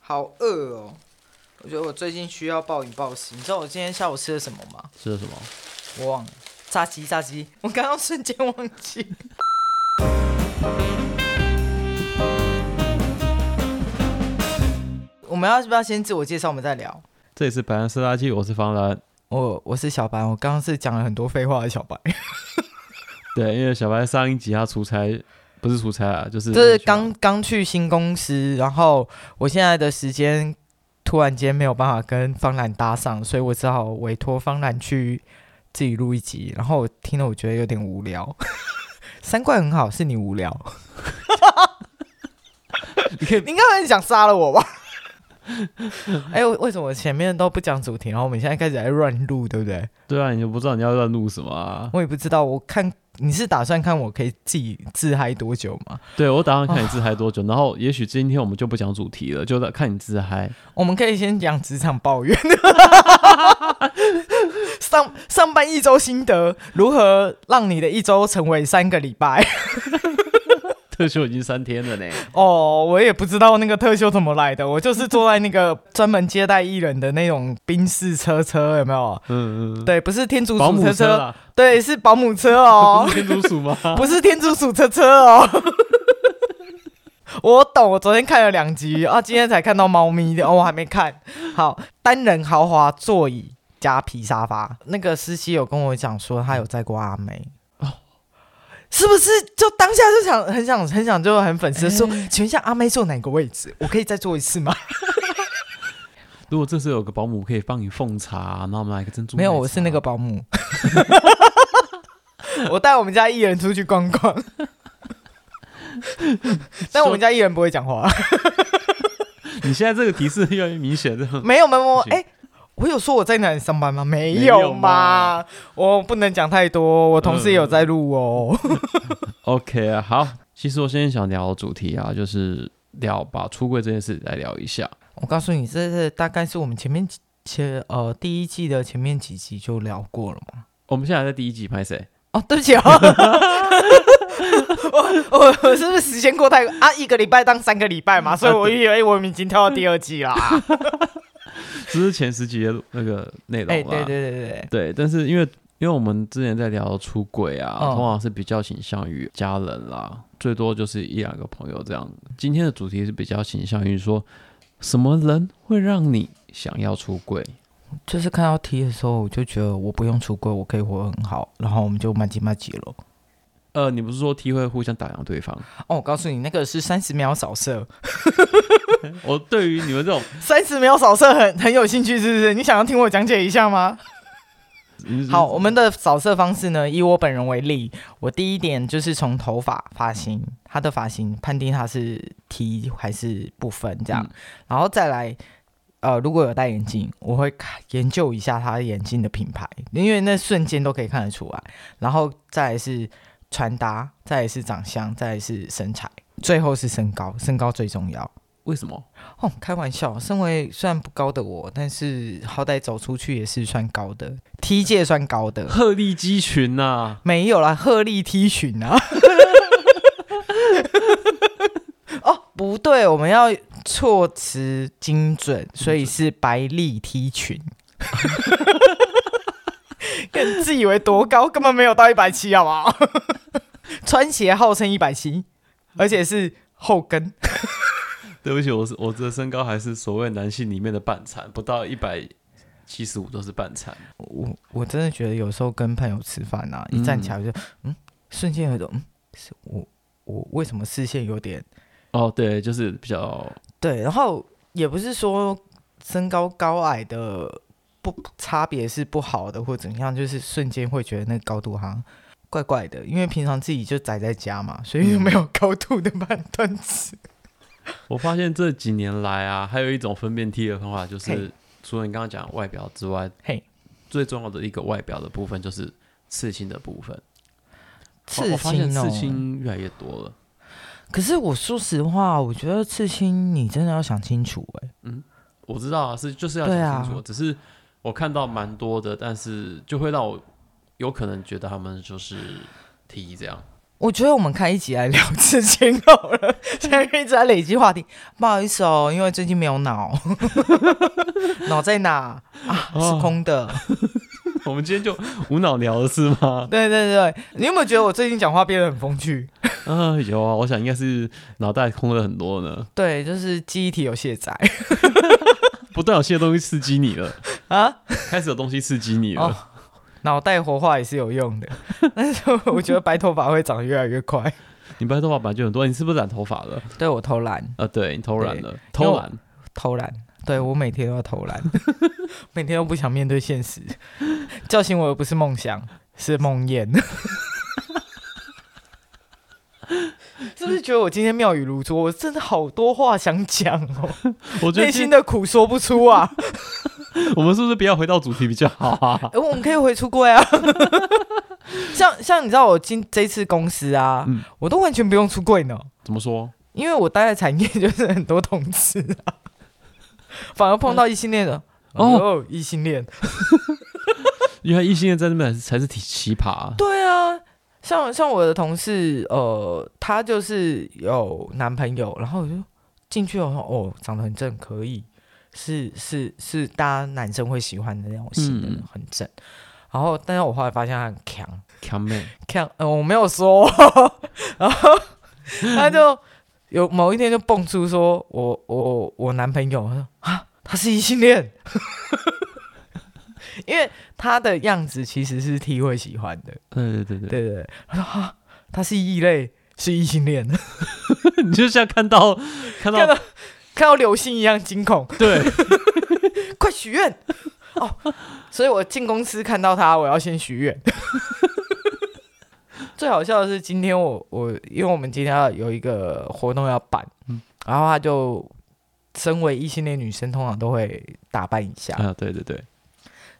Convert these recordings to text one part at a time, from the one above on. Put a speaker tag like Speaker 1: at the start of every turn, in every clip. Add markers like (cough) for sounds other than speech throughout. Speaker 1: 好饿哦！我觉得我最近需要暴饮暴食。你知道我今天下午吃了什么吗？
Speaker 2: 吃了什么？
Speaker 1: 我忘了，炸鸡，炸鸡！我刚刚瞬间忘记。 (laughs) 我们要不要先自我介绍？我们再聊。
Speaker 2: 这里是白兰斯垃圾，我是方兰。
Speaker 1: 我我是小白，我刚刚是讲了很多废话的小白，
Speaker 2: 对，因为小白上一集他出差，不是出差啊，就是
Speaker 1: 就是刚刚去新公司，然后我现在的时间突然间没有办法跟方兰搭上，所以我只好委托方兰去自己录一集。然后我听了，我觉得有点无聊。三怪很好，是你无聊，
Speaker 2: (laughs) 你可以
Speaker 1: 你应该很想杀了我吧？ (laughs) 哎、我为什么前面都不讲主题，然后我们现在开始来乱录，对不对？
Speaker 2: 对啊，你就不知道你要乱录什么啊？
Speaker 1: 我也不知道，我看你是打算看我可以自己自嗨多久吗？
Speaker 2: 对我打算看你自嗨
Speaker 1: (laughs)
Speaker 2: 多久，然后也许今天我们就不讲主题了，就看你自嗨。
Speaker 1: 我们可以先讲职场抱怨， (laughs) 上上班一周心得，如何让你的一周成为三个礼拜？ (laughs)
Speaker 2: 特休已经三天了呢，
Speaker 1: 哦，我也不知道那个特休怎么来的，我就是坐在那个专门接待艺人的那种宾士车车，有没有？
Speaker 2: (laughs) 嗯嗯，
Speaker 1: 对，不是天竺
Speaker 2: 保
Speaker 1: 鼠
Speaker 2: 姆
Speaker 1: 车
Speaker 2: 车啊
Speaker 1: 车，
Speaker 2: 啦，
Speaker 1: 对，是保姆车哦
Speaker 2: 不，是天竺鼠吗？
Speaker 1: (laughs) 不是天竺鼠车车哦。 (laughs) 我懂，我昨天看了两集啊，今天才看到猫咪的，哦，我还没看。好，单人豪华座椅加皮沙发，那个司机有跟我讲说他有载过阿美。是不是就当下就想很想很想就很粉丝说，请问一下阿妹坐哪个位置？我可以再坐一次吗？
Speaker 2: (laughs) 如果这次有个保姆可以帮你奉茶，然后我们来
Speaker 1: (laughs)
Speaker 2: 个珍珠
Speaker 1: (laughs)
Speaker 2: 奶茶。
Speaker 1: 没有，我是那个保姆。 (laughs) 我带我们家艺人出去逛 (laughs) 逛，但我们家艺人不会讲话。
Speaker 2: (laughs) 你现在这个提示越来越明
Speaker 1: (laughs)
Speaker 2: 显了。
Speaker 1: 没有没有，没有
Speaker 2: 不行
Speaker 1: 哎、我有说我在哪里上班吗？没
Speaker 2: 没
Speaker 1: 有
Speaker 2: 有
Speaker 1: 嘛
Speaker 2: 嘛，
Speaker 1: 我不能讲太多，我同事也有在录哦。
Speaker 2: OK 啊，好，其实我今天想聊的主题啊，就是聊把出柜这件事来聊一下。
Speaker 1: (laughs) 我告诉你，这是大概是我们前面几前呃第一季的前面几集就聊过了嘛。
Speaker 2: 我们现在在第一集拍谁？
Speaker 1: 哦，对不起哦， (laughs) 我我我是不是时间过太啊？一个礼拜当三个礼拜嘛，所以我以为我们已经跳到第二季啦。
Speaker 2: 这是前十集的那个内容啦。
Speaker 1: 哎、对对对对对，
Speaker 2: 对但是因为因为我们之前在聊出轨啊，
Speaker 1: 嗯
Speaker 2: 通常是比较倾向于家人啦，最多就是一两个朋友这样。今天的主题是比较倾向于说，什么人会让你想要出轨？
Speaker 1: 就是看到 T 的时候，我就觉得我不用出柜，我可以活得很好，然后我们就慢几慢几了。
Speaker 2: 呃，你不是说 T 会互相打量对方？
Speaker 1: 哦，我告诉你，那个是三十秒扫射，
Speaker 2: 我对于你们这种， (laughs)
Speaker 1: 三十秒扫射很很有兴趣，是不是？你想要听我讲解一下吗？
Speaker 2: 你是
Speaker 1: 好，我们的扫射方式呢，以我本人为例，我第一点就是从头发发型，他的发型判定他是 T 还是不分这样，
Speaker 2: 嗯
Speaker 1: 然后再来。呃，如果有戴眼镜，我会看研究一下他眼镜的品牌，因为那瞬间都可以看得出来。然后再来是穿搭，再来是长相，再来是身材，最后是身高，身高最重要。
Speaker 2: 为什么？
Speaker 1: 哦，开玩笑，身为虽然不高的我，但是好歹走出去也是算高的，T 界算高的，
Speaker 2: 鹤立鸡群啊呐、
Speaker 1: 没有啦，鹤立 T 群啊。哦，不对，我们要措辞精准，所以是白丽 T 群。 (laughs) 更自以为多高，根本没有到一百七，好不好？ (laughs) 穿鞋号称一百七，而且是后跟。
Speaker 2: 对不起，我是我的身高还是所谓男性里面的半残，不到一百七十五都是半残。
Speaker 1: 我我真的觉得有时候跟朋友吃饭啊，一站起来我就嗯瞬间有一种嗯，是我我为什么视线有点
Speaker 2: 哦，对，就是比较
Speaker 1: 对，然后也不是说身高高矮的不差别是不好的或怎样，就是瞬间会觉得那个高度好像怪怪的，因为平常自己就宅在家嘛，所以就
Speaker 2: 嗯
Speaker 1: 没有高度的判断值。
Speaker 2: 我发现这几年来啊，还有一种分辨 T 的方法，就
Speaker 1: 嘿
Speaker 2: 是除了你刚刚讲的外表之外，
Speaker 1: 嘿，
Speaker 2: 最重要的一个外表的部分就是刺青的部分。我
Speaker 1: 刺
Speaker 2: 我发现
Speaker 1: 青哦，
Speaker 2: 刺青越来越多了。
Speaker 1: 可是我说实话，我觉得刺青你真的要想清楚哎、
Speaker 2: 我知道啊，是就是要
Speaker 1: 对
Speaker 2: 讲清
Speaker 1: 啊
Speaker 2: 楚，只是我看到蛮多的，但是就会让我有可能觉得他们就是 T 这样。 (laughs)
Speaker 1: 我觉得我们开一集来聊刺 (laughs) 青好了，现在一直在累积话题。不好意思哦，因为最近没有脑， (laughs) 脑在哪啊？是空 (laughs) 的。
Speaker 2: 我们今天就无脑聊了是吗？ (laughs)
Speaker 1: 对对对，你有没有觉得我最近讲话变得很风趣？
Speaker 2: 啊，有啊，我想应该是脑袋空了很多呢，
Speaker 1: 对，就是记忆体有卸载
Speaker 2: 不但有些东西刺激你了，
Speaker 1: (laughs) 啊，
Speaker 2: 开始有东西刺激你
Speaker 1: 哦
Speaker 2: 了。
Speaker 1: 脑袋活化也是有用的。 (laughs) 但是我觉得白头发会长得越来越快。
Speaker 2: 你白头发本来就很多，你是不是染头发了？
Speaker 1: 对我偷懒，
Speaker 2: 啊，对你偷染了，
Speaker 1: 因为
Speaker 2: 偷
Speaker 1: 我
Speaker 2: 染。
Speaker 1: 偷懒，对我每天都要偷懒， (laughs) 每天都不想面对现实。叫醒我的不是梦想，是梦 (laughs) 魇。是不是觉得我今天妙语如珠？我真的好多话想讲哦，
Speaker 2: 我觉
Speaker 1: 内
Speaker 2: 得
Speaker 1: 心
Speaker 2: 今
Speaker 1: 的苦说不出 (laughs) 啊。
Speaker 2: 我们是不是不要回到主题比较好
Speaker 1: (laughs)
Speaker 2: 啊？
Speaker 1: 欸我们可以回出柜啊。 (laughs) 像像你知道我今这一次公司啊，
Speaker 2: 嗯
Speaker 1: 我都完全不用出柜呢，
Speaker 2: 怎么说？
Speaker 1: 因为我待的产业就是很多同志啊，反而碰到异性恋的。
Speaker 2: 哦
Speaker 1: 哦，异性恋，
Speaker 2: 因为异性恋在那边才是挺奇葩啊、
Speaker 1: 对啊，像像我的同事，呃，她就是有男朋友，然后我就进去，我说哦，长得很正，可以，是是是，大家男生会喜欢的那种型的，
Speaker 2: 嗯
Speaker 1: 很正。然后，但是我后来发现他很强，
Speaker 2: 强妹，
Speaker 1: 看，呃，我没有说， (laughs) 然后他就有某一天就蹦出说，我我我男朋友，他说啊，他是异性恋， (laughs) 因为他的样子其实是 T 会喜欢的，
Speaker 2: 对对对
Speaker 1: 对对对，他说啊，他是异类，是异性恋， (laughs)
Speaker 2: 对， (laughs) 你就像看到
Speaker 1: 看
Speaker 2: 看
Speaker 1: 到
Speaker 2: 到
Speaker 1: 看到流星一样惊恐，
Speaker 2: 对，
Speaker 1: 快许愿 (laughs) 哦！所以我进公司看到他，我要先许愿。 (laughs) 最好笑的是，今天我我因为我们今天要有一个活动要办，
Speaker 2: 嗯
Speaker 1: 然后他就身为异性恋女生，通常都会打扮一下，
Speaker 2: 啊对对对，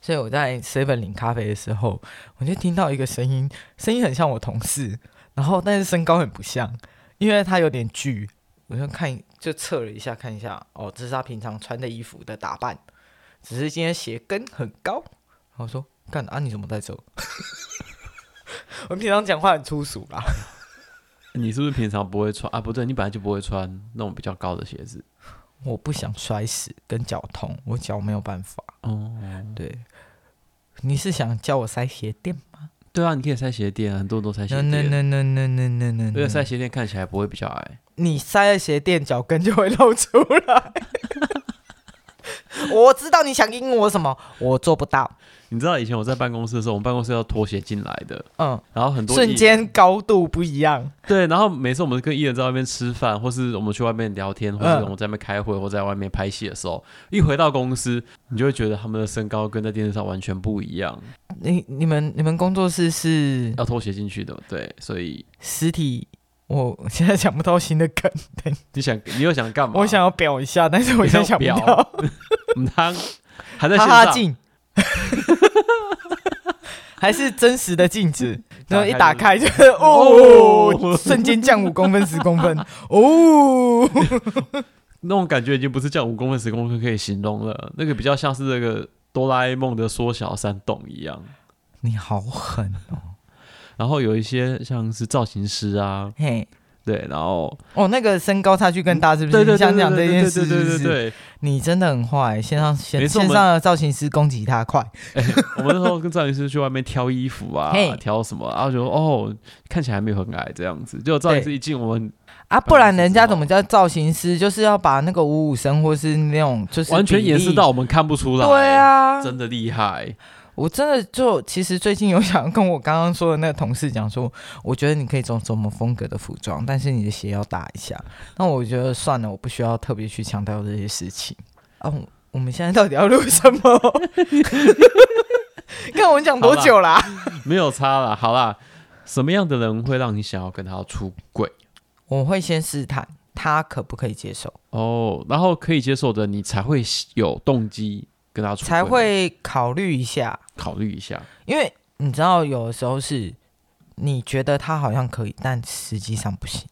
Speaker 1: 所以我在 seven 领咖啡的时候，我就听到一个声音，声音很像我同事，然后但是身高很不像，因为他有点巨，我就看就测了一下看一下，哦，这是他平常穿的衣服的打扮，只是今天鞋跟很高，然后我说干啊你怎么在这？我平常讲话很粗俗啦，
Speaker 2: 你是不是平常不会穿啊？不对，你本来就不会穿那种比较高的鞋子。
Speaker 1: 我不想摔死跟脚痛，我脚没有办法。
Speaker 2: 哦，
Speaker 1: 对，你是想叫我塞鞋垫吗
Speaker 2: 对啊，你可以塞鞋垫啊，很多人都塞鞋
Speaker 1: ？No
Speaker 2: 垫。
Speaker 1: no no no no no no no，
Speaker 2: 而且塞鞋垫看起来不会比较矮，
Speaker 1: 你塞了鞋垫，脚跟就会露出来。我知道你想赢我什么，我做不到。
Speaker 2: 你知道以前我在办公室的时候，我们办公室要脱鞋进来的，
Speaker 1: 嗯，
Speaker 2: 然后很多艺
Speaker 1: 瞬间高度不一样。
Speaker 2: 对，然后每次我们跟艺人在外面吃饭，或是我们去外面聊天，或是
Speaker 1: 嗯
Speaker 2: 我们在外面开会，或在外面拍戏的时候，一回到公司，你就会觉得他们的身高跟在电视上完全不一样，
Speaker 1: 你你们你们工作室是
Speaker 2: 要脱鞋进去的。对，所以
Speaker 1: 实体？我现在想不到新的梗，
Speaker 2: 你想，你又想干嘛？
Speaker 1: 我想要表一下，但是我现在想不
Speaker 2: 你想
Speaker 1: 到。
Speaker 2: 我们他还在线
Speaker 1: 哈
Speaker 2: 上，
Speaker 1: 哈镜， (laughs) 还是真实的镜子，然后一打开就是哦
Speaker 2: 哦，
Speaker 1: 瞬间降五公分十公分哦。 (laughs)
Speaker 2: 那种感觉已经不是叫五公分、十公分可以形容了，那个比较像是那个哆啦 A 梦的缩小山洞一样。
Speaker 1: 你好狠哦，
Speaker 2: 然后有一些像是造型师啊，
Speaker 1: 嘿。
Speaker 2: 对，然后
Speaker 1: 哦，那个身高差距更大，是不是？
Speaker 2: 嗯对对对
Speaker 1: 你想
Speaker 2: 对
Speaker 1: 讲这件
Speaker 2: 对
Speaker 1: 事
Speaker 2: 对
Speaker 1: 是
Speaker 2: 对
Speaker 1: 不
Speaker 2: 对
Speaker 1: 是，
Speaker 2: 对，
Speaker 1: 你真的很坏。线上
Speaker 2: 没
Speaker 1: 线
Speaker 2: 错我
Speaker 1: 线
Speaker 2: 们
Speaker 1: 上的造型师攻击他，快！
Speaker 2: 我们那时候跟造型师去外面挑衣服啊
Speaker 1: 嘿，
Speaker 2: 挑什么，然后就说哦，看起来没有很矮这样子。结果造型师一进我们，
Speaker 1: 啊，不然人家怎么叫造型师？就是要把那个五五身或是那种就是
Speaker 2: 完全
Speaker 1: 比例
Speaker 2: 掩饰到。我们看不出来。
Speaker 1: 对，啊，
Speaker 2: 真的厉害。
Speaker 1: 我真的就其实最近有想跟我刚刚说的那个同事讲说，我觉得你可以走什么风格的服装，但是你的鞋要搭一下。那我觉得算了，我不需要特别去强调这些事情。啊，我我们现在到底要录什么？ (laughs) 看我们讲多久啦、
Speaker 2: 没有差啦，好啦，什么样的人会让你想要跟他出轨？
Speaker 1: 我会先试探他可不可以接受，
Speaker 2: 哦，然后可以接受的，你才会有动机跟他出轨，
Speaker 1: 才会考虑一下。
Speaker 2: 考虑一下。
Speaker 1: 因为你知道，有的时候是你觉得他好像可以，但实际上不行。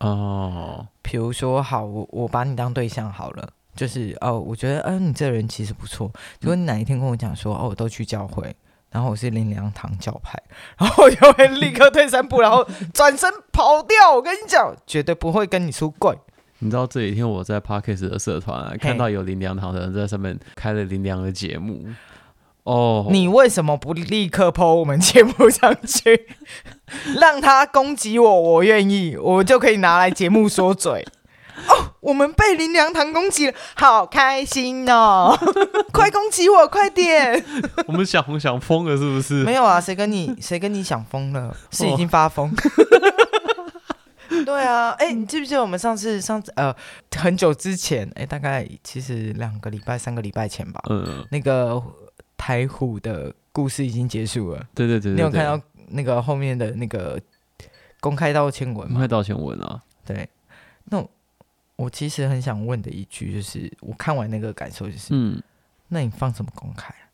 Speaker 2: 哦，
Speaker 1: 比如说，好，我我把你当对象好了。呃就是哦，我觉得，嗯、你这个人其实不错。如果你哪一天跟我讲说，哦，我都去教会，然然后我是林良堂教派，然后我就会立刻退三步，然后转身跑掉。我跟你讲，绝对不会跟你出柜。
Speaker 2: 你知道这几天我在 Parkes 的社团、啊、看到有林良堂的人在上面开了林良的节目，哦，
Speaker 1: 你为什么不立刻 PO 我们节目上去， (laughs) 让他攻击我，我愿意，我就可以拿来节目说嘴。哦，我们被林良堂攻击了，好开心哦！ (laughs) 快攻击我，快点！
Speaker 2: 我们想红想疯了是不 (laughs) 是？
Speaker 1: 没有啊，谁跟你谁跟你想疯了？
Speaker 2: 哦
Speaker 1: 是已经发疯。 (laughs) 对啊，哎、你记不记得我们上次上次呃很久之前，哎、大概其实两个礼拜、三个礼拜前吧，
Speaker 2: 嗯，
Speaker 1: 那个台虎的故事已经结束了。
Speaker 2: 对对对对对，
Speaker 1: 你有看到那个后面的那个公开道歉文吗？
Speaker 2: 快道歉文啊？
Speaker 1: 对，那我我其实很想问的一句就是，我看完那个感受就是，
Speaker 2: 嗯，
Speaker 1: 那你放什么公开啊？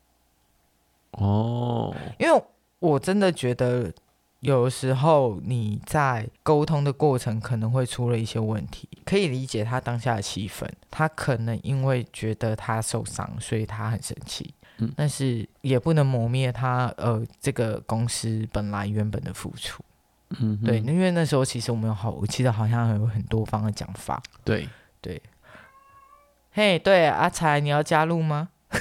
Speaker 2: 哦，
Speaker 1: 因为我真的觉得有时候你在沟通的过程可能会出了一些问题，可以理解他当下的气氛，他可能因为觉得他受伤，所以他很生气。
Speaker 2: 嗯
Speaker 1: 但是也不能磨灭他呃这个公司本来原本的付出，
Speaker 2: 嗯哼，
Speaker 1: 对，因为那时候其实我们有好，我记得好像有很多方的讲法，
Speaker 2: 对，
Speaker 1: 嘿，对，阿才，你要加入吗？ (laughs)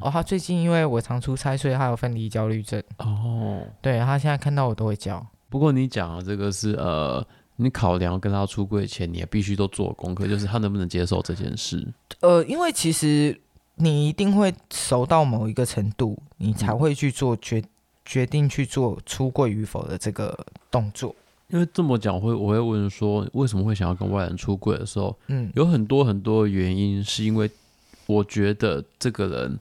Speaker 1: 哦，他最近因为我常出差，所以他有分离焦虑症。
Speaker 2: 哦，
Speaker 1: 对他现在看到我都会叫。
Speaker 2: 不过你讲的这个是呃，你考量跟他出柜前，你也必须都做功课，就是他能不能接受这件事。
Speaker 1: 呃，因为其实你一定会熟到某一个程度，你才
Speaker 2: 嗯
Speaker 1: 会去做决决定去做出柜与否的这个动作。
Speaker 2: 因为这么讲会，我会问说，为什么会想要跟外人出柜的时候，
Speaker 1: 嗯，
Speaker 2: 有很多很多的原因，是因为我觉得这个人，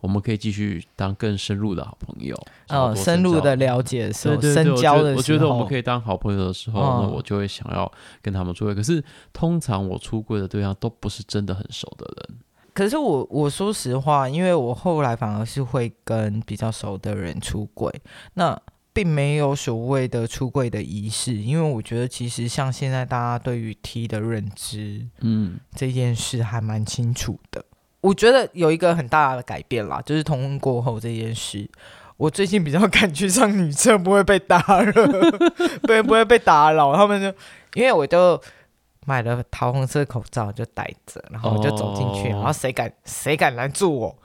Speaker 2: 我们可以继续当更深入的好朋友，
Speaker 1: 呃，深入的了解的时
Speaker 2: 对
Speaker 1: 候，
Speaker 2: 对对，
Speaker 1: 深
Speaker 2: 我
Speaker 1: 交
Speaker 2: 觉得
Speaker 1: 的时候，
Speaker 2: 我觉得我们可以当好朋友的时候，那
Speaker 1: 嗯
Speaker 2: 我就会想要跟他们出柜。可是通常我出柜的对象都不是真的很熟的人，
Speaker 1: 可是我我说实话，因为我后来反而是会跟比较熟的人出柜，那并没有所谓的出柜的仪式，因为我觉得其实像现在大家对于 T 的认知
Speaker 2: 嗯，
Speaker 1: 这件事还蛮清楚的。我觉得有一个很大的改变啦，就是同婚过后这件事。我最近比较敢去上女厕，不会被打扰， (laughs) 不会不会被打扰。他们就因为我就买了桃红色口罩，就戴着，然后我就走进去
Speaker 2: 哦
Speaker 1: 然后谁敢谁敢拦住我？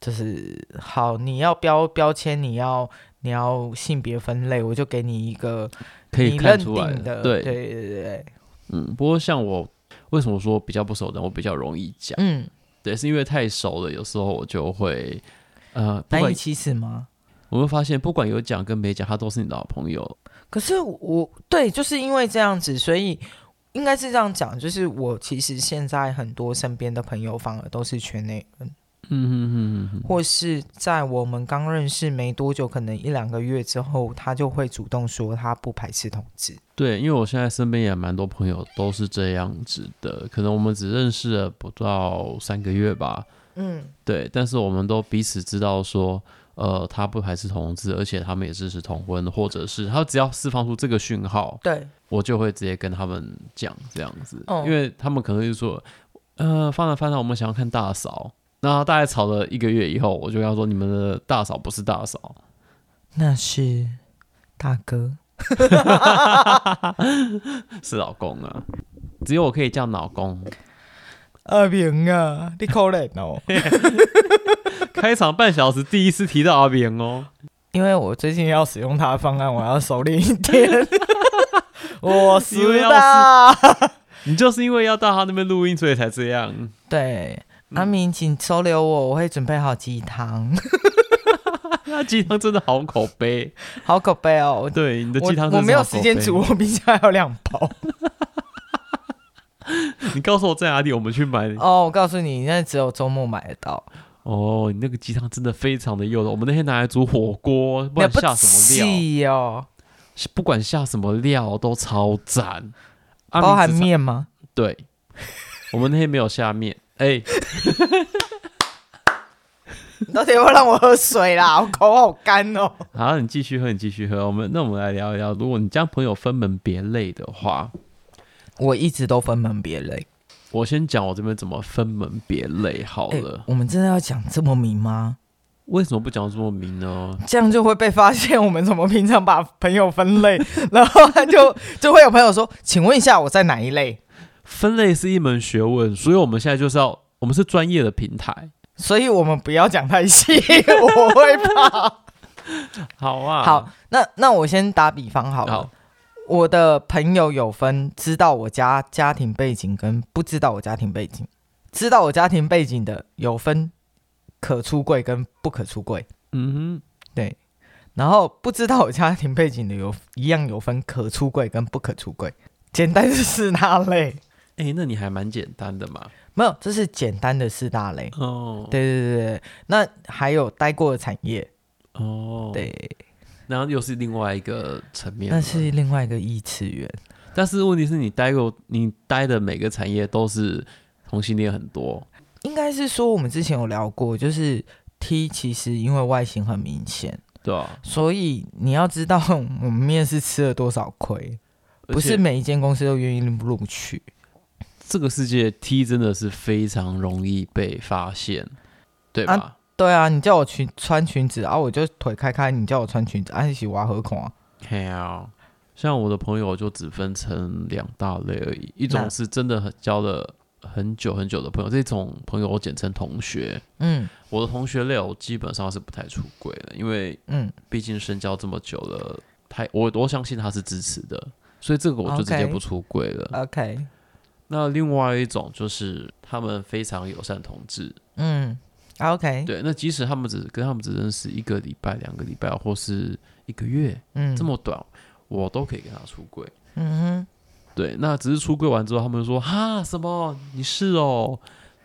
Speaker 1: 就是好，你要标标签，你要你要性别分类，我就给你一个
Speaker 2: 可以
Speaker 1: 你
Speaker 2: 看
Speaker 1: 认
Speaker 2: 出来
Speaker 1: 定的，对
Speaker 2: 对
Speaker 1: 对对对，
Speaker 2: 嗯，不过像我，为什么说比较不熟的，我比较容易讲？
Speaker 1: 嗯，
Speaker 2: 对，是因为太熟了，有时候我就会，呃，不
Speaker 1: 难
Speaker 2: 管
Speaker 1: 以启齿吗？
Speaker 2: 我会发现，不管有讲跟没讲，他都是你的好朋友。
Speaker 1: 可是我对，就是因为这样子，所以应该是这样讲，就是我其实现在很多身边的朋友反而都是圈内人，
Speaker 2: 嗯嗯嗯
Speaker 1: 或是在我们刚认识没多久，可能一两个月之后，他就会主动说他不排斥同志。
Speaker 2: 对，因为我现在身边也蛮多朋友都是这样子的，可能我们只认识了不到三个月吧，
Speaker 1: 嗯，
Speaker 2: 对，但是我们都彼此知道说，呃，他不排斥同志，而且他们也支持同婚，或者是他只要释放出这个讯号，
Speaker 1: 对，
Speaker 2: 我就会直接跟他们讲这样子，
Speaker 1: 哦
Speaker 2: 因为他们可能就说，呃，翻了翻了，我们想要看大嫂。那大概吵了一个月以后，我就跟他说，你们的大嫂不是大嫂， (laughs)
Speaker 1: 那是大哥。
Speaker 2: 是老公啊。只有我可以叫老公。
Speaker 1: 阿明啊，你可怜哦！
Speaker 2: 开场半小时第一次提到阿扁哦，
Speaker 1: (laughs) 因为我最近要使用他的方案，我要熟练一点。 (laughs) 我
Speaker 2: 因为
Speaker 1: 知
Speaker 2: 要
Speaker 1: 道。
Speaker 2: 你就是因为要到他那边录音，所以才这样。
Speaker 1: 对，阿明，请收留我，我会准备好鸡汤， (laughs)
Speaker 2: 那鸡汤真的好口碑，
Speaker 1: 好口碑哦。我
Speaker 2: 对你的鸡汤
Speaker 1: 我
Speaker 2: 真的
Speaker 1: 我
Speaker 2: 是
Speaker 1: 没有
Speaker 2: 好口
Speaker 1: 时间
Speaker 2: 碑
Speaker 1: 煮，。我冰箱还有两包。
Speaker 2: 你告诉我在哪里，我们去买。
Speaker 1: 哦，我告诉你，那只有周末买得到，
Speaker 2: 哦，你那个鸡汤真的非常的诱人，我们那天拿来煮火锅，不
Speaker 1: 了
Speaker 2: 管
Speaker 1: 不
Speaker 2: 下什么料。
Speaker 1: 起哦，
Speaker 2: 不管下什么料都超赞，阿
Speaker 1: 包含
Speaker 2: 明只
Speaker 1: 面 (laughs) 吗？
Speaker 2: 差对，我们那天没有下面， (laughs) 哎、
Speaker 1: 你到底要不要让我喝水啦？我口好干哦。
Speaker 2: 好，你继续喝，你继续喝。我们那我们来聊一聊，如果你将朋友分门别类的话，
Speaker 1: (laughs) 我一直都分门别类。
Speaker 2: 我先讲我这边怎么分门别类好
Speaker 1: 哎
Speaker 2: 了。
Speaker 1: 我们真的要讲这么明吗？
Speaker 2: 为什么不讲这么明呢？
Speaker 1: 这样就会被发现我们怎么平常把朋友分类， (laughs) 然后他就就会有朋友说：“请问一下，我在哪一类
Speaker 2: 分类是一门学问，所以我们现在就是要，我们是专业的平台。？”
Speaker 1: 所以我们不要讲太
Speaker 2: (laughs)
Speaker 1: 细，我会怕。
Speaker 2: 好啊，
Speaker 1: 好，那那我先打比方好了。
Speaker 2: 好，
Speaker 1: 我的朋友有分知道我家家庭背景跟不知道我家庭背景，知道我家庭背景的有分可出柜跟不可出柜，
Speaker 2: 嗯
Speaker 1: 然后不知道我家庭背景的有一样有分可出柜跟不可出柜。简单是四大类，
Speaker 2: 哼，哎、那你还蛮简单的嘛。
Speaker 1: 没有，这是简单的四大类。
Speaker 2: 哦，，
Speaker 1: 对对对对，那还有待过的产业，
Speaker 2: 哦，，
Speaker 1: 对，
Speaker 2: 然后又是另外一个层面了。
Speaker 1: 那是另外一个异次元。
Speaker 2: 但是问题是你待过，你待的每个产业都是同性恋很多，
Speaker 1: 应该是说我们之前有聊过，就是 T 其实因为外形很明显，
Speaker 2: 对吧、
Speaker 1: 所以你要知道我们面试吃了多少亏，
Speaker 2: 而
Speaker 1: 不是
Speaker 2: 且
Speaker 1: 每一间公司都愿意录取。
Speaker 2: 这个世界 T 真的是非常容易被发现，对吧？
Speaker 1: 啊对啊，你叫我裙穿裙子啊，我就腿开开；你叫我穿裙子，啊，一起挖河孔啊。
Speaker 2: 嘿啊，像我的朋友就只分成两大类而已，一种
Speaker 1: 那
Speaker 2: 是真的很交了很久很久的朋友，这种朋友我简称同学。
Speaker 1: 嗯
Speaker 2: 我的同学类我基本上是不太出轨的，因为
Speaker 1: 嗯，
Speaker 2: 毕竟深交这么久了，他我我相信他是支持的，所以这个我就直接
Speaker 1: OK
Speaker 2: 不出轨了。
Speaker 1: 啊 OK，
Speaker 2: 那另外一种就是他们非常友善同志，
Speaker 1: 嗯 OK，
Speaker 2: 对，那即使他们只跟他们只认识一个礼拜、两个礼拜或是一个月
Speaker 1: 嗯，
Speaker 2: 这么短，我都可以跟他出轨。
Speaker 1: 嗯
Speaker 2: 对，那只是出柜完之后，他们就说哈什么你是哦，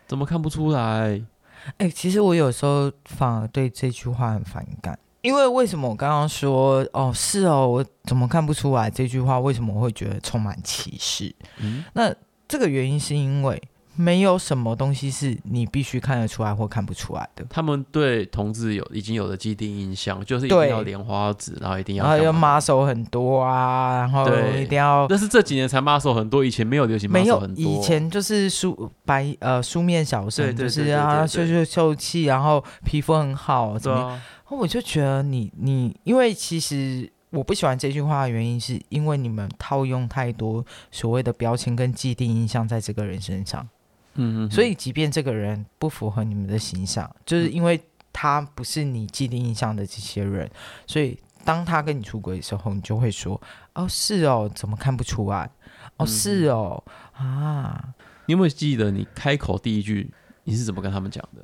Speaker 2: 怎么看不出来？
Speaker 1: 哼，哎、其实我有时候反而对这句话很反感。因为为什么我刚刚说哦是哦，我怎么看不出来这句话为什么我会觉得充满歧视？
Speaker 2: 嗯，
Speaker 1: 那这个原因是因为没有什么东西是你必须看得出来或看不出来的，
Speaker 2: 他们对同志有已经有了既定印象，就是一定
Speaker 1: 对
Speaker 2: 要莲花指，然后一定要
Speaker 1: 然后又
Speaker 2: 干嘛
Speaker 1: muscle 很多啊，然后
Speaker 2: 对
Speaker 1: 一定要
Speaker 2: 但是这几年才 muscle 很多，以前没有流行
Speaker 1: 没
Speaker 2: muscle
Speaker 1: 有
Speaker 2: 很多。
Speaker 1: 以前就是书白呃书面小
Speaker 2: 对
Speaker 1: 生，
Speaker 2: 对
Speaker 1: 就
Speaker 2: 对
Speaker 1: 是
Speaker 2: 对
Speaker 1: 啊
Speaker 2: 对
Speaker 1: 秀
Speaker 2: 对
Speaker 1: 秀秀气，然后皮肤很好，怎
Speaker 2: 对
Speaker 1: 么样？
Speaker 2: 啊，
Speaker 1: 然后我就觉得你你因为其实。我不喜欢这句话的原因，是因为你们套用太多所谓的标签跟既定印象在这个人身上。
Speaker 2: 嗯嗯，嗯
Speaker 1: 所以，即便这个人不符合你们的形象，
Speaker 2: 嗯
Speaker 1: 就是因为他不是你既定印象的这些人，所以当他跟你出轨的时候，你就会说：“哦，是哦，怎么看不出来？哦，
Speaker 2: 嗯
Speaker 1: 是哦，啊，
Speaker 2: 你有没有记得你开口第一句你是怎么跟他们讲的？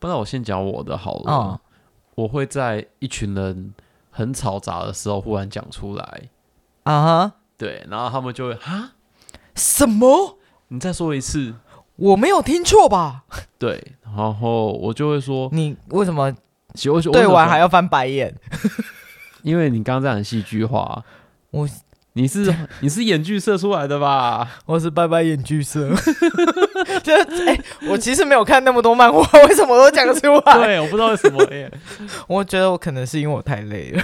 Speaker 2: 不然我先讲我的好了。
Speaker 1: 嗯
Speaker 2: 我会在一群人很嘈杂的时候忽然讲出来，
Speaker 1: 啊哈，
Speaker 2: 对，然后他们就会哈，
Speaker 1: 什么？
Speaker 2: 你再说一次。
Speaker 1: 我没有听错吧？
Speaker 2: 对，然后我就会说，
Speaker 1: 你为什么
Speaker 2: 其嗯实我
Speaker 1: 对完还
Speaker 2: 要，
Speaker 1: 要翻白眼？
Speaker 2: 因为你刚刚这样很戏剧化，啊
Speaker 1: 我
Speaker 2: 你是你是演剧社出来的吧？
Speaker 1: 我是拜拜眼剧社， (laughs) 就是哎、我其实没有看那么多漫画，为什么都讲得出来？
Speaker 2: (laughs) 对，我不知道为什么耶。
Speaker 1: 我觉得我可能是因为我太累了。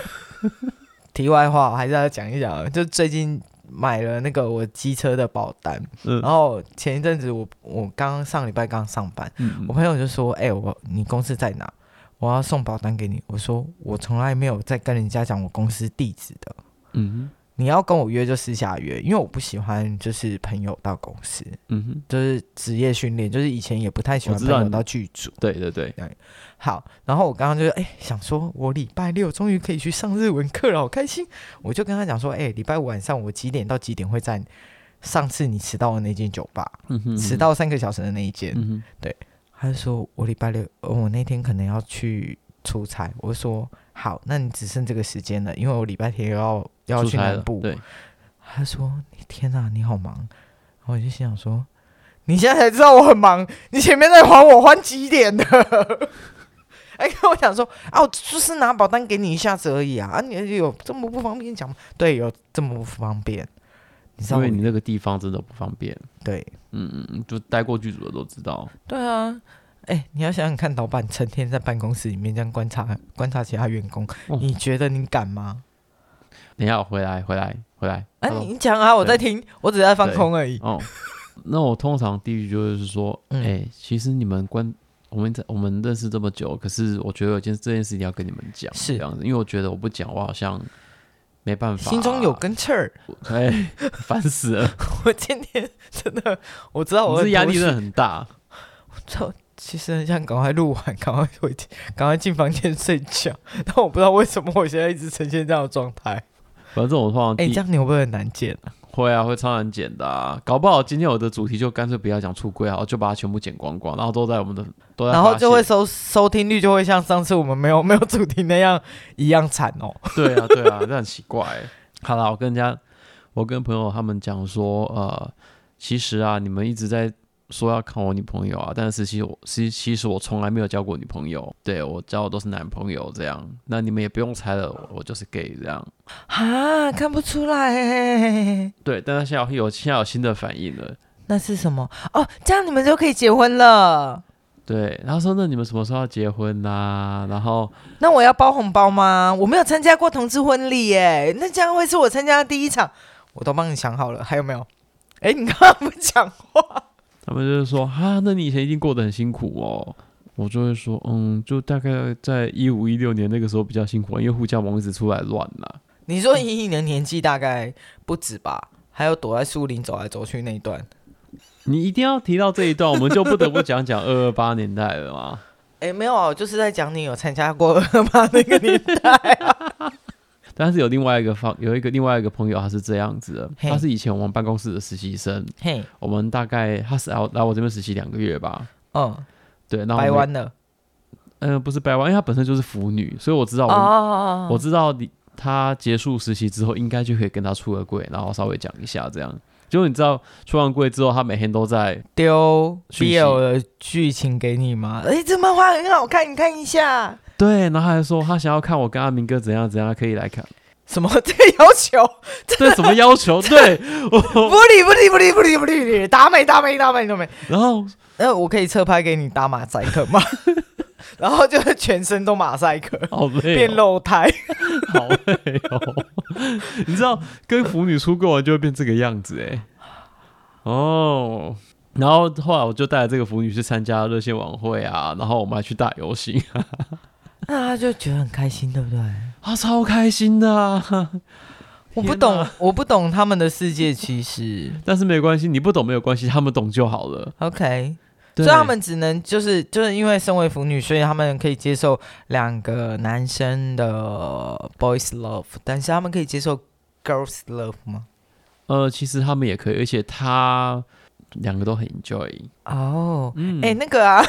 Speaker 1: (laughs) 题外话，我还是要讲一讲，就最近买了那个我机车的保单，
Speaker 2: 嗯
Speaker 1: 然后前一阵子我我刚上礼拜刚上班，
Speaker 2: (laughs) 嗯
Speaker 1: 我朋友就说：“哎、我你公司在哪？我要送保单给你。”我说：“我从来没有在跟人家讲我公司地址的，
Speaker 2: 嗯
Speaker 1: 你要跟我约就私下约，因为我不喜欢就是朋友到公司，
Speaker 2: 嗯哼，
Speaker 1: 就是职业训练，就是以前也不太喜欢
Speaker 2: 我
Speaker 1: 朋
Speaker 2: 知道
Speaker 1: 友
Speaker 2: 你
Speaker 1: 到剧组。”
Speaker 2: 对对对，
Speaker 1: 好，然后我刚刚就是哎、想说我礼拜六终于可以去上日文课了，好开心！我就跟他讲说，哎、礼拜五晚上我几点到几点会在上次你迟到的那间酒吧，
Speaker 2: 嗯哼
Speaker 1: 迟，到三个小时的那一间。
Speaker 2: 嗯
Speaker 1: 他就说我礼拜六、呃我那天可能要去出差。我就说好，那你只剩这个时间了，因为我礼拜天又要
Speaker 2: 哼，
Speaker 1: 要
Speaker 2: 出
Speaker 1: 去
Speaker 2: 差
Speaker 1: 南
Speaker 2: 了，
Speaker 1: 部。
Speaker 2: 对，
Speaker 1: 他说：“你天哪，你好忙。”然后我就心想说：“你现在才知道我很忙，你前面在还我还几点的？” (laughs) 哎，跟我讲说啊，我就是拿保单给你一下子而已啊，啊，你有这么不方便讲吗？对，有这么不方便，你知道
Speaker 2: 因
Speaker 1: 我
Speaker 2: 为你那个地方真的不方便。
Speaker 1: 对
Speaker 2: 嗯嗯嗯，就待过剧组的都知道，
Speaker 1: 对啊，哎，你要想想看，老板成天在办公室里面这样观察观察其他员工，
Speaker 2: 哦
Speaker 1: 你觉得你敢吗？
Speaker 2: 等一下，我回来，回来，回来。
Speaker 1: 啊，
Speaker 2: Hello
Speaker 1: 你讲啊，我在听，我只是在放
Speaker 2: 哦对
Speaker 1: 空而已。
Speaker 2: 哦，那我通常第一句就是说，哎、
Speaker 1: 嗯
Speaker 2: 其实你们观我们在我们认识这么久，可是我觉得有件这件事情要跟你们讲，
Speaker 1: 是
Speaker 2: 这样子，因为我觉得我不讲，我好像没办法，啊
Speaker 1: 心中有根刺儿。
Speaker 2: 哎，烦死了，
Speaker 1: (laughs) 我今天真的，我知道哦我
Speaker 2: 我
Speaker 1: 很
Speaker 2: 这压力
Speaker 1: 多
Speaker 2: 真
Speaker 1: 事
Speaker 2: 的很大。
Speaker 1: 就其实很想赶快录完，赶快回，赶快进房间睡觉。 (laughs) 但我不知道为什么我现在一直呈现这样的状态。
Speaker 2: 反正我通常
Speaker 1: 哎、
Speaker 2: 第
Speaker 1: 这样你会不会很难剪啊？
Speaker 2: 会啊，会超难剪的、啊，搞不好今天我的主题就干脆不要讲出柜啊，然后就把它全部剪光光，然后都在我们的都在发
Speaker 1: 然
Speaker 2: 现，
Speaker 1: 后就会收收听率就会像上次我们没有 (laughs) 没有主题那样一样惨哦。
Speaker 2: (laughs) 对啊，对啊，这很奇怪欸。好啦，我跟人家，我跟朋友他们讲说，呃，其实啊，你们一直在说要看我女朋友啊，但是其实我，其其实我从来没有交过女朋友，对我交的都是男朋友这样。那你们也不用猜了，我我就是 gay 这样。
Speaker 1: 啊，看不出来欸，
Speaker 2: 对，但是现在有现在有新的反应了。
Speaker 1: 那是什么？哦，这样你们就可以结婚了。
Speaker 2: 对，然后说那你们什么时候要结婚呐、然后
Speaker 1: 那我要包红包吗？我没有参加过同志婚礼耶，那这样会是我参加的第一场。我都帮你想好了，还有没有？哎、你干嘛不讲话？
Speaker 2: 他们就是说，哈，那你以前一定过得很辛苦哦。我就会说，嗯，就大概在一五一六年那个时候比较辛苦啊，因为互加盟一直出来乱啦、
Speaker 1: 你说以你的年纪大概不止吧，还有躲在树林走来走去那一段。
Speaker 2: 你一定要提到这一段，我们就不得不讲讲二二八年代了嘛。
Speaker 1: 哎，没有啊，我就是在讲你有参加过二八 (laughs) 那个年代。
Speaker 2: 但是有另外一个方，有一个另外一个朋友，他是这样子的，
Speaker 1: 嘿
Speaker 2: 他是以前我们办公室的实习生，
Speaker 1: (laughs) 嘿，
Speaker 2: 我们大概他是来我来我这边实习两个月吧，
Speaker 1: 嗯，
Speaker 2: 对，然后我们
Speaker 1: 掰，弯了。
Speaker 2: 嗯、不是白湾，因为他本身就是腐女，所以我知道我、
Speaker 1: 哦
Speaker 2: 我知道你他结束实习之后，应该就可以跟他出个柜，然后稍微讲一下这样。结果你知道出完柜之后，他每天都在，
Speaker 1: 丢
Speaker 2: 讯息
Speaker 1: BL 的剧情给你吗？哎，这漫画很好看，你看一 (laughs) 下。
Speaker 2: 对，然后还说他想要看我跟阿明哥怎样怎样，可以来看，
Speaker 1: 什么这个要求？
Speaker 2: 这什么要求？对
Speaker 1: 不
Speaker 2: 我，
Speaker 1: 理不理不理不理不理不理，打美打美打美打美。
Speaker 2: 然后
Speaker 1: 那我可以侧拍给你打马赛克吗？ (laughs) 然后就是全身都马赛克，
Speaker 2: 好累、哦，
Speaker 1: 变肉胎。
Speaker 2: 好累哦。你知道跟腐女出柜完就会变这个样子哎。哦，然后后来我就带着这个腐女去参加热线晚会啊，然后我们还去大游行，
Speaker 1: 那他就觉得很开心，对不对？
Speaker 2: (laughs) 啊，超开心的、啊。 (laughs)
Speaker 1: 我不
Speaker 2: 天
Speaker 1: 懂
Speaker 2: 哪，
Speaker 1: 我不懂他们的世界，其实
Speaker 2: 但是没关系，你不懂没有关系，他们懂就好了。
Speaker 1: OK，所
Speaker 2: 对
Speaker 1: 以他们只能就是就是因为身为腐女，所以他们可以接受两个男生的 boys love，但是他们可以接受 girls love 吗？
Speaker 2: 呃，其实他们也可以，而且他两个都很 enjoy。
Speaker 1: 哦、
Speaker 2: 嗯
Speaker 1: 哎、那个啊，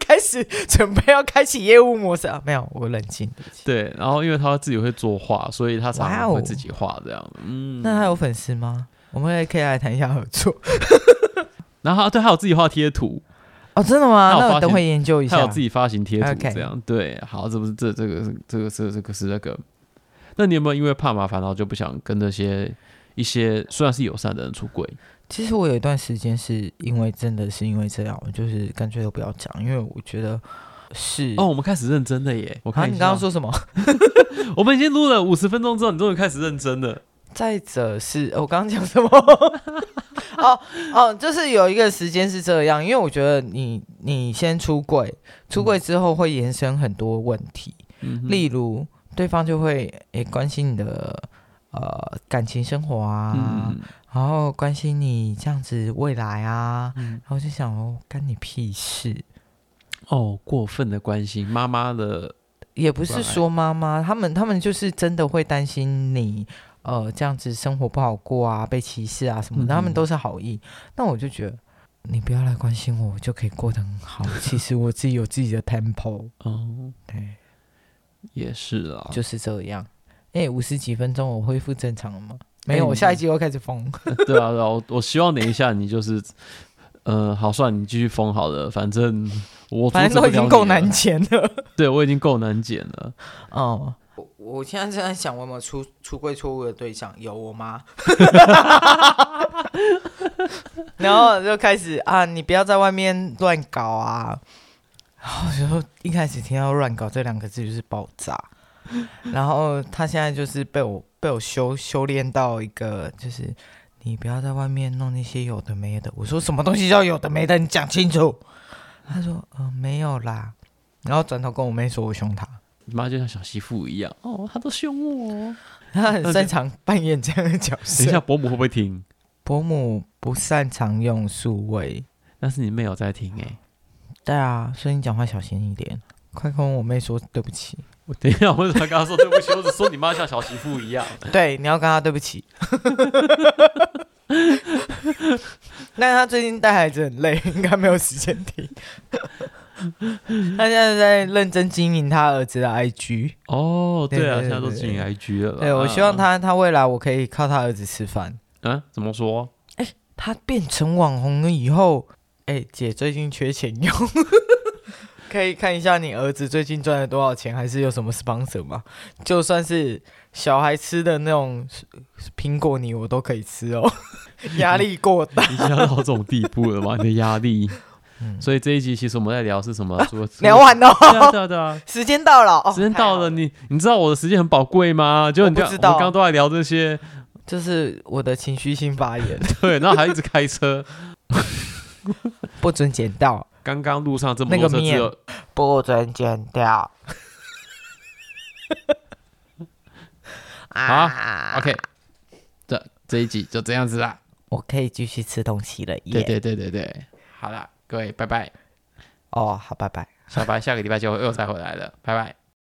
Speaker 1: (laughs) 开始准备要开启业务模式啊，没有，我冷静。对不起
Speaker 2: 对，然后因为他自己会作画，所以他常
Speaker 1: 哇
Speaker 2: 常
Speaker 1: 哦
Speaker 2: 会自己画这样。嗯，
Speaker 1: 那他有粉丝吗？我们也可以来谈一下合作 (laughs)
Speaker 2: 然后他对他有自己画贴图，
Speaker 1: 哦，真的吗？
Speaker 2: 那
Speaker 1: 那
Speaker 2: 我发
Speaker 1: 我
Speaker 2: 现
Speaker 1: 等会研究一
Speaker 2: 他
Speaker 1: 下
Speaker 2: 有。自己发行贴图
Speaker 1: OK
Speaker 2: 这样。对，好，这不是这这个是这个是这个是那个。那你有没有因为怕麻烦，然后就不想跟那些一些虽然是友善的人出轨？
Speaker 1: 其实我有一段时间是因为真的是因为这样，我就是干脆都不要讲，因为我觉得是
Speaker 2: 哦，我们开始认真的耶！我
Speaker 1: 啊，
Speaker 2: 看一
Speaker 1: 你
Speaker 2: 下
Speaker 1: 刚刚说什么？ (laughs)
Speaker 2: 我们已经录了五十分钟之后，你终于开始认真了。
Speaker 1: 再者是，呃我刚刚讲什么？ (laughs) 哦哦，就是有一个时间是这样，因为我觉得你你先出柜，出柜之后会延伸很多问题，
Speaker 2: 嗯哼
Speaker 1: 例如对方就会诶、关心你的呃感情生活啊，
Speaker 2: 嗯，
Speaker 1: 然后关心你这样子未来啊，
Speaker 2: 嗯
Speaker 1: 然后就想哦，干你屁事。
Speaker 2: 哦，过分的关心妈妈的，
Speaker 1: 也不
Speaker 2: 不
Speaker 1: 是
Speaker 2: 然嘞
Speaker 1: 说妈妈，他们他们就是真的会担心你，呃，这样子生活不好过啊，被歧视啊什么
Speaker 2: 嗯
Speaker 1: 的，他们
Speaker 2: 嗯
Speaker 1: 都是好意。那我就觉得，你不要来关心我，我就可以过得很好。其实我自己有自己的 tempo，
Speaker 2: 哦，
Speaker 1: 对，
Speaker 2: 也是啊，
Speaker 1: 就是这样。哎、五十几分钟我恢复正常了吗？没
Speaker 2: 哎
Speaker 1: 有，
Speaker 2: 你
Speaker 1: 我下一集又开始疯。
Speaker 2: 对啊，对啊，我我希望等一下你就是，呃，好，算了你继续封好了，反正我
Speaker 1: 反
Speaker 2: (laughs) 阻
Speaker 1: 正都已
Speaker 2: 止不了
Speaker 1: 经
Speaker 2: 你
Speaker 1: 够
Speaker 2: 了
Speaker 1: 难，剪了。
Speaker 2: 对我已经够难剪了。
Speaker 1: 哦，我我现在正在想，我有没有出出柜错误的对象？有我妈。然后就开始啊，你不要在外面乱搞啊。然后我就一开始听到“乱搞”这两个字就是爆炸。然后他现在就是被我被我修修炼到一个，就是你不要在外面弄那些有的没的。我说什么东西叫有的没的，你讲清楚。他说呃没有啦，然后转头跟我妹说我凶她，
Speaker 2: 你妈就像小媳妇一样，哦，她都凶我哦。
Speaker 1: 她很擅长扮演这样的角
Speaker 2: 等一下，
Speaker 1: 色。
Speaker 2: 伯母会不会听？
Speaker 1: 伯母不擅长用数位，
Speaker 2: 但是你妹有在听哎、
Speaker 1: 对啊，所以你讲话小心一点，快跟我妹说对不起。
Speaker 2: 我等一下，我 (laughs) 为什么要跟她说对不起？我只说你妈像小媳妇一样。
Speaker 1: 对，你要跟她对不 (laughs) 起。但是她最近带孩子很累，应该没有时间听。她现在在认真经营她儿子的 IG。
Speaker 2: (laughs) 哦，对
Speaker 1: 对对对
Speaker 2: 啊，现在都经营 IG 了啦。
Speaker 1: 对，我希望他他未来我可以靠他儿子吃饭。
Speaker 2: 嗯，怎么说？
Speaker 1: 他变成网红了以后，哎、姐最近缺钱用， (laughs) 可以看一下你儿子最近赚了多少钱，还是有什么 sponsor 吗？就算是小孩吃的那种苹果泥，我都可以吃哦。 (laughs) 压力过
Speaker 2: (laughs)
Speaker 1: 大，
Speaker 2: 已经要到这种地步了吗？你的压力
Speaker 1: 嗯。
Speaker 2: 所以这一集其实我们在聊是什么？除了
Speaker 1: (laughs) 聊完了
Speaker 2: 对啊 (laughs)
Speaker 1: 哦，
Speaker 2: 对啊对啊，
Speaker 1: 时间到了，哦、
Speaker 2: 时间到了，
Speaker 1: 太好
Speaker 2: 你你知道我的时间很宝贵吗？就
Speaker 1: 我
Speaker 2: 你
Speaker 1: 不
Speaker 2: 看，
Speaker 1: 知
Speaker 2: 我
Speaker 1: 道
Speaker 2: 刚刚都在聊
Speaker 1: (laughs)
Speaker 2: 这些，
Speaker 1: 就是我的情绪性发言，
Speaker 2: 对，然后还一直开车。
Speaker 1: 不准剪掉，
Speaker 2: 刚刚路上这么
Speaker 1: 那个
Speaker 2: 多车，只
Speaker 1: 面
Speaker 2: 有
Speaker 1: 不准剪
Speaker 2: (laughs)
Speaker 1: 掉。啊
Speaker 2: OK，这这一集就这样子啦。
Speaker 1: 我可以继续吃东西了耶。
Speaker 2: 对对对对对，好啦，各位拜拜，
Speaker 1: 哦，好，拜拜。
Speaker 2: 小白下个礼拜就又再回来了，拜拜。